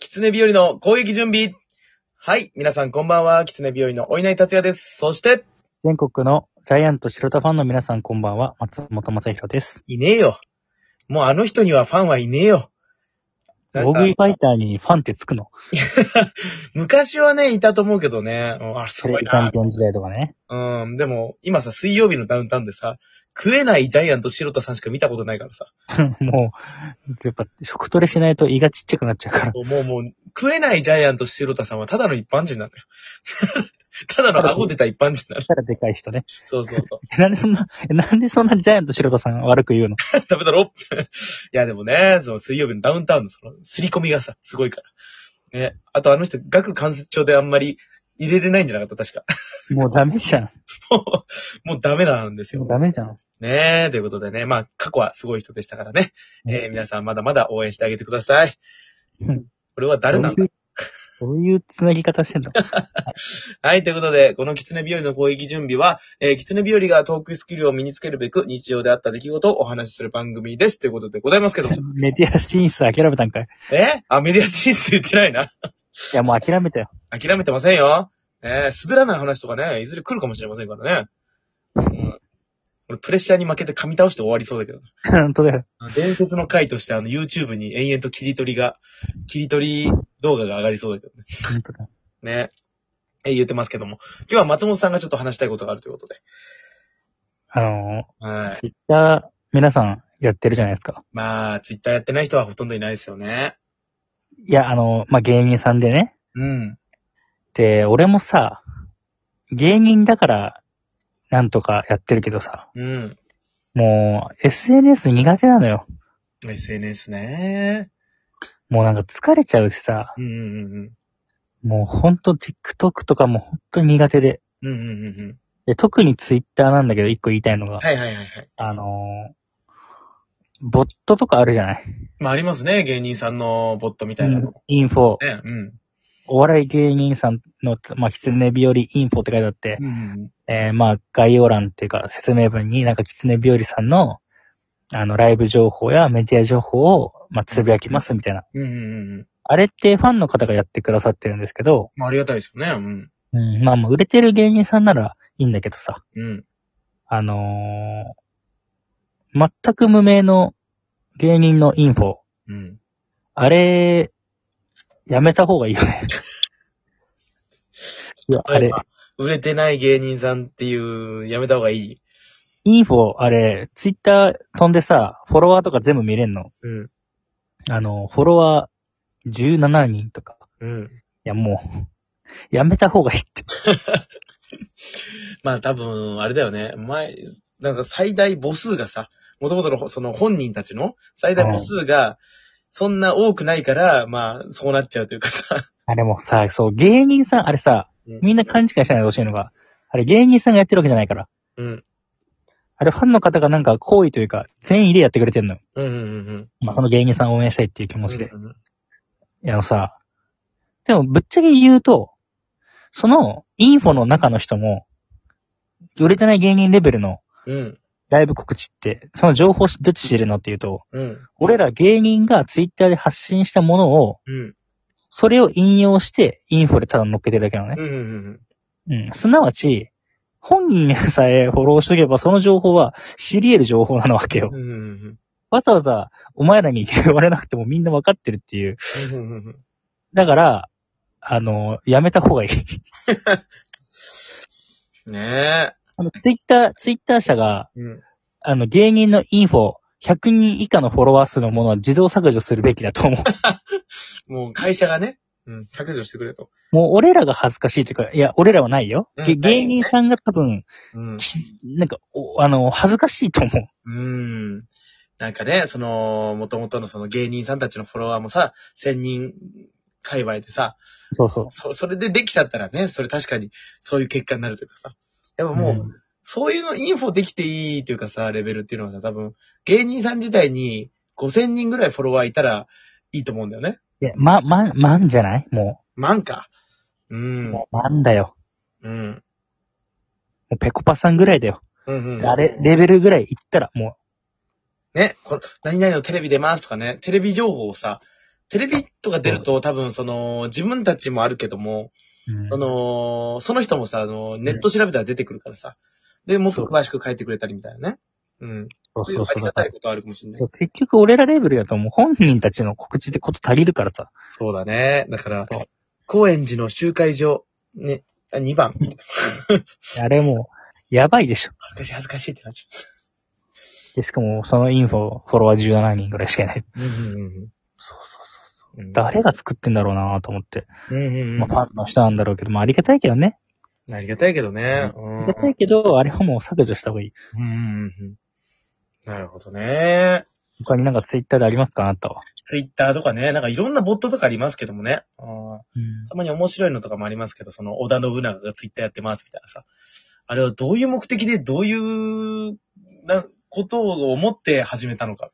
狐日和の攻撃準備。はい。皆さんこんばんは。狐日和のお稲荷達也です。そして、全国のジャイアント白田ファンの皆さんこんばんは、松本正宏です。いねえよ。もうあの人にはファンはいねえよ。なんか大食いファイターにファンってつくの昔はね、いたと思うけどね。うんあ、すテレごいビチャなン。ピオン時代とかね。 うん。でも、今さ、水曜日のダウンタウンでさ、食えないジャイアント白田さんしか見たことないからさ。もう、やっぱ食トレしないと胃がちっちゃくなっちゃうから。もうもう、食えないジャイアント白田さんはただの一般人なんだよ。 ただの顎出た一般人なの。たらでかい人ね。そうそうそう。えなんでそんな、えなんでそんなジャイアント白田さん悪く言うの ダメだろいや、でもね、その水曜日のダウンタウンのその、すり込みがさ、すごいから。ね。あとあの人、顎関節症であんまり入れれないんじゃなかった確か。 もうダメじゃん。もう、もうダメなんですもうよ。ダメじゃん。ねえ、ということでね、まあ、過去はすごい人でしたからね。えー皆さんまだまだ応援してあげてください。うんこれは誰なんだどういうどういう繋ぎ方し てんのはい、ということで、この狐日和の攻撃準備は、えー、狐日和がトークスキルを身につけるべく日常であった出来事をお話しする番組です。ということでございます けども。メディア進出諦めたんかいえあ、メディア進出言ってないな。いやもう諦めたよ。 諦めてませんよ。ねえ、滑らない話とかね、いずれ来るかもしれませんからね。うん、俺、プレッシャーに負けて噛み倒して終わりそうだけど。本当だよ。伝説の回として、あの、YouTube に延々と切り取りが、切り取り動画が上がりそうだけどね。本当だ。ねえ、言ってますけども。今日は松本さんがちょっと話したいことがあるということで。あのはー、い。ツイッター皆さんやってるじゃないですか。まあ、Twitter やってない人はほとんどいないですよね。いや、あのー、まあ、芸人さんでね。うん。で、俺もさ、芸人だから、なんとかやってるけどさ、うん。もう、SNS 苦手なのよ。 SNS ね。もうなんか疲れちゃうしさ、うんうんうんもうほんと TikTok とかもほんと苦手で。うん。うんうんうんうん。で特に Twitter なんだけど、一個言いたいのが、はいはいはいはい。あのーボットとかあるじゃないまあ、ありますね。芸人さんのボットみたいなの。インフォ。ね。うん。お笑い芸人さんの、まあ、狐日和インフォって書いてあって、うん。えー、まあ、概要欄っていうか説明文になんか狐日和さんの、あの、ライブ情報やメディア情報を、まあ、つぶやきますみたいな。うん。うん。あれってファンの方がやってくださってるんですけど、まあ、ありがたいですよね。うん。うん、まあ、もう売れてる芸人さんならいいんだけどさ、うん。あのー全く無名の芸人のインフォ、うん。あれ、やめた方がいいよね。いや、例あえれ、ば、売れてない芸人さんっていう、やめた方がいい。インフォ、あれ、ツイッター飛んでさ、フォロワーとか全部見れんの。うん。あの、フォロワー17人とか。うん。いや、もう、 やめた方がいいって。まあ、多分、あれだよね。前、なんか最大母数がさ、もともとのその本人たちの最大母数が、そんな多くないから、まあ、そうなっちゃうというかさ。あれもさ、そう、芸人さん、あれさ、みんな勘違いしないでほしいのが、あれ芸人さんがやってるわけじゃないから。うん。あれファンの方がなんか好意というか、善意でやってくれてんのよ。うんうんうんうん。まあ、その芸人さんを応援したいっていう気持ちで。うんうんいや、あのさ、でもぶっちゃけ言うと、その、インフォの中の人も、売れてない芸人レベルのうん。ライブ告知って、その情報どっち知るのっていうと、うん。俺ら芸人がツイッターで発信したものを、うん。それを引用して、インフォでただ乗っけてるだけなのうんね。うんうん。うん。すなわち、本人さえフォローしとけば、その情報は知り得る情報なのわけようん。うんうんわざわざ、お前らに言われなくてもみんなわかってるっていう。うんうんうんうん。だから、あの、やめた方 がいい。ねあの、ツイッター、ツイッター社が、え。うん。あの、芸人のインフォ、100人以下のフォロワー数のものは自動削除するべきだ と思う。もう会社がね、うん、削除してくれと。もう俺らが恥ずかしいというか、いや、俺らはないよ。げうん芸人さんが多分、うん。きなんか、おあの、恥ずかしいと思う。うん。なんかね、その、元々のその芸人さんたちのフォロワーもさ、1000人界隈でさ、そうそう。そ、それでできちゃったらね、それ確かにそういう結果になるというかさ。やっぱもう、うんそういうのインフォできていいというかさ、レベルっていうのはさ、多分、芸人さん自体に5000人ぐらいフォロワーいたらいいと思うんだよね。いや、ま、ま、まんじゃないも万か。うう。ん。もう、まんだよ。うん。もう、ペコパさんぐらいだよ。うんうん。あれ、レベルぐらいいったら、もね、この、何々のテレビ出ますとかね、テレビ情報をさ、テレビとか出ると多分その、自分たちもあるけども、うんその、その人もさ、あの、ネット調べたら出てくるからさ。で、もっと詳しく書いてくれたりみたいなね。うん。そうそういうそうあそりう。がだたかいことあるかもしれないら。結局俺らレベルだともう本人たちの告知でこと足りるからさ。そうだね。だからそう、高円寺の集会所、ね、あ2番。あれもう、やばいでしょ。恥ずかしい恥ずかしいってなっちゃで、しかもそのインフォ、フォロワー17人ぐらいしかいない。う。うんうんうんそうそうそう。うん。誰が作ってんだろうなと思って。うんうんまあファンの人なんだろうけど、まあありがたいけどね。うん。ありがたいけどね。うあんりがたいけど、あれはもう削除した方がいい。うんうんうん。なるほどね。他になんかツイッターでありますかあなたは。ツイッターとかね、なんかいろんなボットとかありますけどもね。うんうん。たまに面白いのとかもありますけど、その、織田信長がツイッターやってますみたいなさ。あれはどういう目的で、どういう、な、ことを思って始めたのか、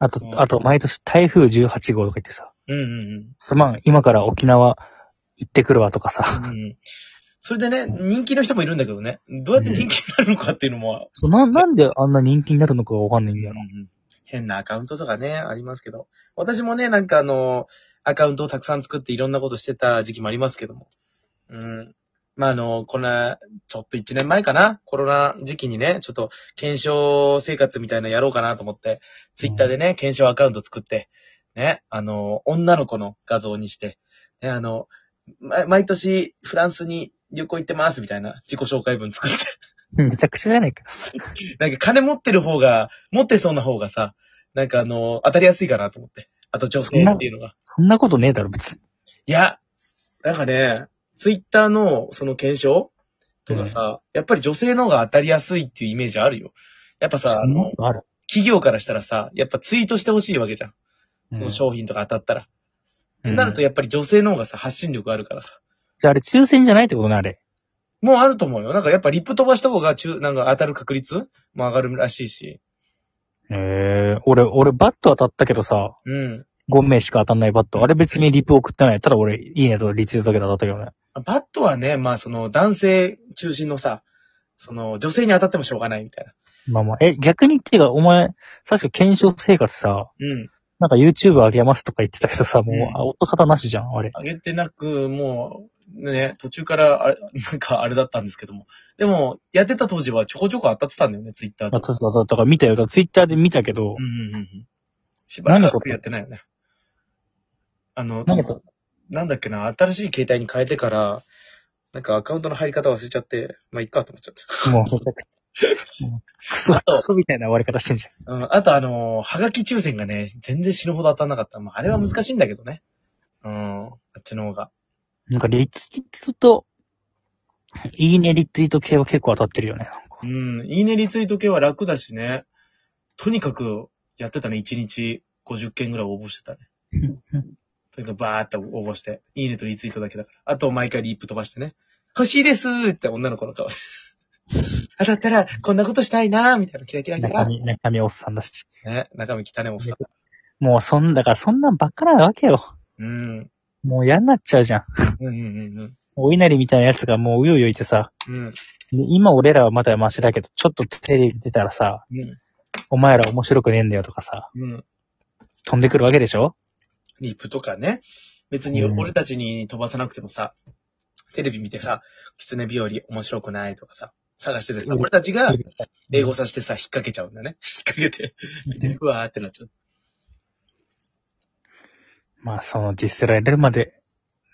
あそうと、あと、毎年台風18号とか言ってさ、みたいな。うんうんうん。すまん、今から沖縄行ってくるわとかさ。うんそれでね、人気の人もいるんだけどね、どうやって人気になるのかっていうのも、そうな、なん であんな人気になるのかがわかんないんだようんな。うん変なアカウントとかね、ありますけど。私もね、なんかあの、アカウントをたくさん作っていろんなことしてた時期もありますけども。うん。まあ、あの、こんな、ちょっと1年前かな、コロナ時期にね、ちょっと検証生活みたいなのやろうかなと思って、ツイッターでね、検証アカウント作って、ね、あの、女の子の画像にして、ね、あの、ま毎年フランスに旅行行ってますみたいな自己紹介文作って、めちゃくちゃじゃないか。なんか金持ってる方が、持ってそうな方がさ、なんかあの、当たりやすいかなと思って。あと女性っていうのが。そんなことねえだろ、別に。いや、なんかね、ツイッターのその検証とかさ、やっぱり女性の方が当たりやすいっていうイメージあるよ。やっぱさ、そあんなのこ、とある。企業からしたらさ、やっぱツイートしてほしいわけじゃん。そのうん商品とか当たったら。うんってなるとやっぱり女性の方がさ、発信力あるからさ。じゃああれ、抽選じゃないってことね、あれ。もうあると思うよ。なんかやっぱリップ飛ばした方が中、なんか当たる確率も上がるらしいし。ええ俺、俺、バット当たったけどさ、うん。 5名しか当たんないバット。あれ別にリプ送ってない。ただ俺、いいねとリツイートだけで当たったけどね。バットはね、まあその男性中心のさ、その女性に当たってもしょうがないみたいな。まあまあ、え、逆にっていうか、お前、確か検証生活さ、うん。なんか YouTube 上げますとか言ってたけどさ、もううん、あ音沙汰なしじゃん、あれ。上げてなく、もう、ね、途中からあれ、なんかあれだったんですけども。でも、やってた当時はちょこちょこ当たってたんだよね、ツイッターまあ、で。確かだから見たよ。だからツイッターで見たけうん、どうんうんうん。しばら何のこくとやってないよね。あの、なんか、なんだっけな、新しい携帯に変えてから、なんかアカウントの入り方忘れちゃって、まあ、いっかと思っちゃった。もう、もうクソ、クソみたいな終わり方してんじゃん。うん、あとあのー、はがき抽選がね、全然死ぬほど当たんなかった。まあ、あれは難しいんだけどね。うん、あっちの方が。なんかリツイートと、いいねリツイート系は結構当たってるよね。なんかうん、いいねリツイート系は楽だしね。とにかく、やってたね。1日50件ぐらい応募してたね。とにかくバーって応募して。いいねとリツイートだけだから。あと、毎回リップ飛ばしてね。欲しいですーって女の子の顔で。 当たったら、こんなことしたいなーみたいな、キラキラキ 中ラ。身、中身おっさんだし。ね、中身汚ねもさ。もうそん、だからそんなんばっかなわけよ。うん。もう嫌になっちゃうじゃん。うんうんうんお稲荷みたいなやつがもううようよいてさ、うん。うん。で今俺らはまだマシだけど、ちょっとテレビ出たらさ、うん。お前ら面白くねえんだよとかさ、うん。飛んでくるわけでしょリップとかね。別にうん俺たちに飛ばさなくてもさ、テレビ見てさ、狐日和面白くないとかさ、探しててさ、うん俺たちが英語さしてさ、引っ掛けちゃうんだね。引っ掛けて、見てるわーってなっちゃう。まあ、その実践られるまで、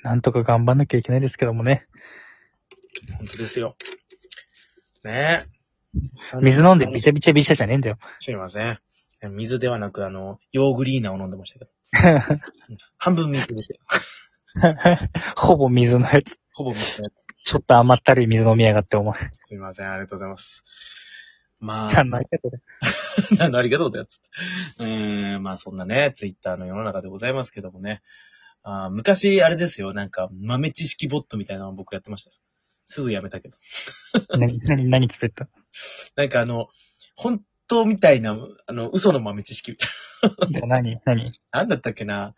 なんとか頑張んなきゃいけないですけどもね。本当ですよ。ねえ。水飲んでびちゃびちゃびちゃじゃねえんだよ。すいません。水ではなく、あの、ヨーグリーナを飲んでま したけど。半分水ですよ。ほぼ水のやつ。ほぼ水のやつ。ちょっと甘ったるい水飲みやがって、お前。すいません、ありがとうございます。まあ、あんなやつだ何 のありがとうだやつ。うーん、まあそんなね、ツイッターの世の中でございますけどもね。あー昔、あれですよ、なんか豆知識ボットみたいなの僕やってました。すぐやめたけど。何、何、何作ったなんかあの、本当みたいな、あの、嘘の豆知識みたい何、何な。なんだったっけな。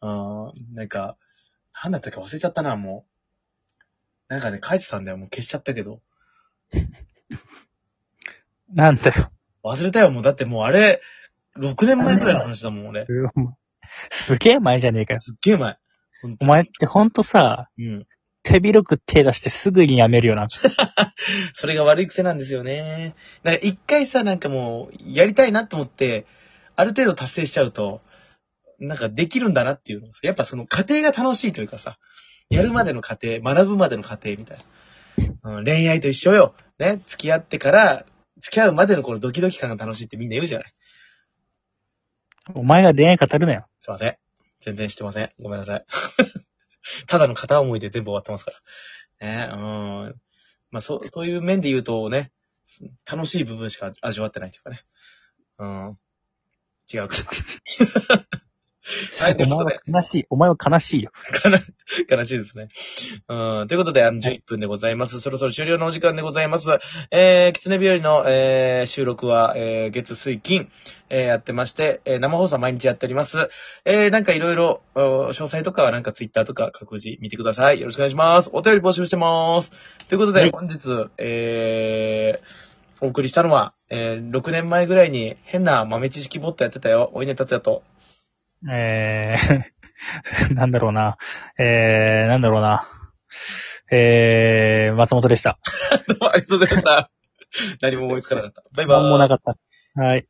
あーなんか、なんだったか忘れちゃったな、もう。なんかね、書いてたんだよ、もう消しちゃったけど。なんだよ。 忘れたよ、もう。だってもうあれ、6年前くらいの話だもん、俺。お前すげえ前じゃねえかよ。すっげえ前。ほんとお前っ。てほんとさ、うん。手広く手出してすぐにやめるよな。それが悪い癖なんですよね。だから一回さ、なんかもう、やりたいなと思って、ある程度達成しちゃうと、なんかできるんだなっていうのがさやっぱその過程が楽しいというかさ、やるまでの過程、学ぶまでの過程みたいな。うん、恋愛と一緒よ。ね、付き合ってから、付き合うまでのこのドキドキ感が楽しいってみんな言うじゃない。お前が恋愛語るなよ。すいません。全然してません。ごめんなさい。 ただの片思いで全部終わってますから。ね、うん。まあ、そう、そういう面で言うとね、楽しい部分しか味わってないというかね。うん。違うか。はい、といおうこと前はで、悲しい。お前は悲しいよ。 悲しいですね。うん。ということで、あの、11分でございます。そろそろ終了のお時間でございます。えー、キツネ日和の、えー、収録は、えー、月、水、金、えー、やってまして、えー、生放送毎日やっております。えー、なんかいろいろ、お詳細とかはなんかツイッターとか各自見てください。よろしくお願いします。お便り募集してます。ということで、はい本日、えー、お送りしたのは、えー、6年前ぐらいに変な豆知識ボットやってたよ。お稲達也と。えー、 なんだろうな。えー、なんだろうな。えー、松本でした。 どうもありがとうございました。何も思いつかなかった。バイバーイ。何もなかった。はい。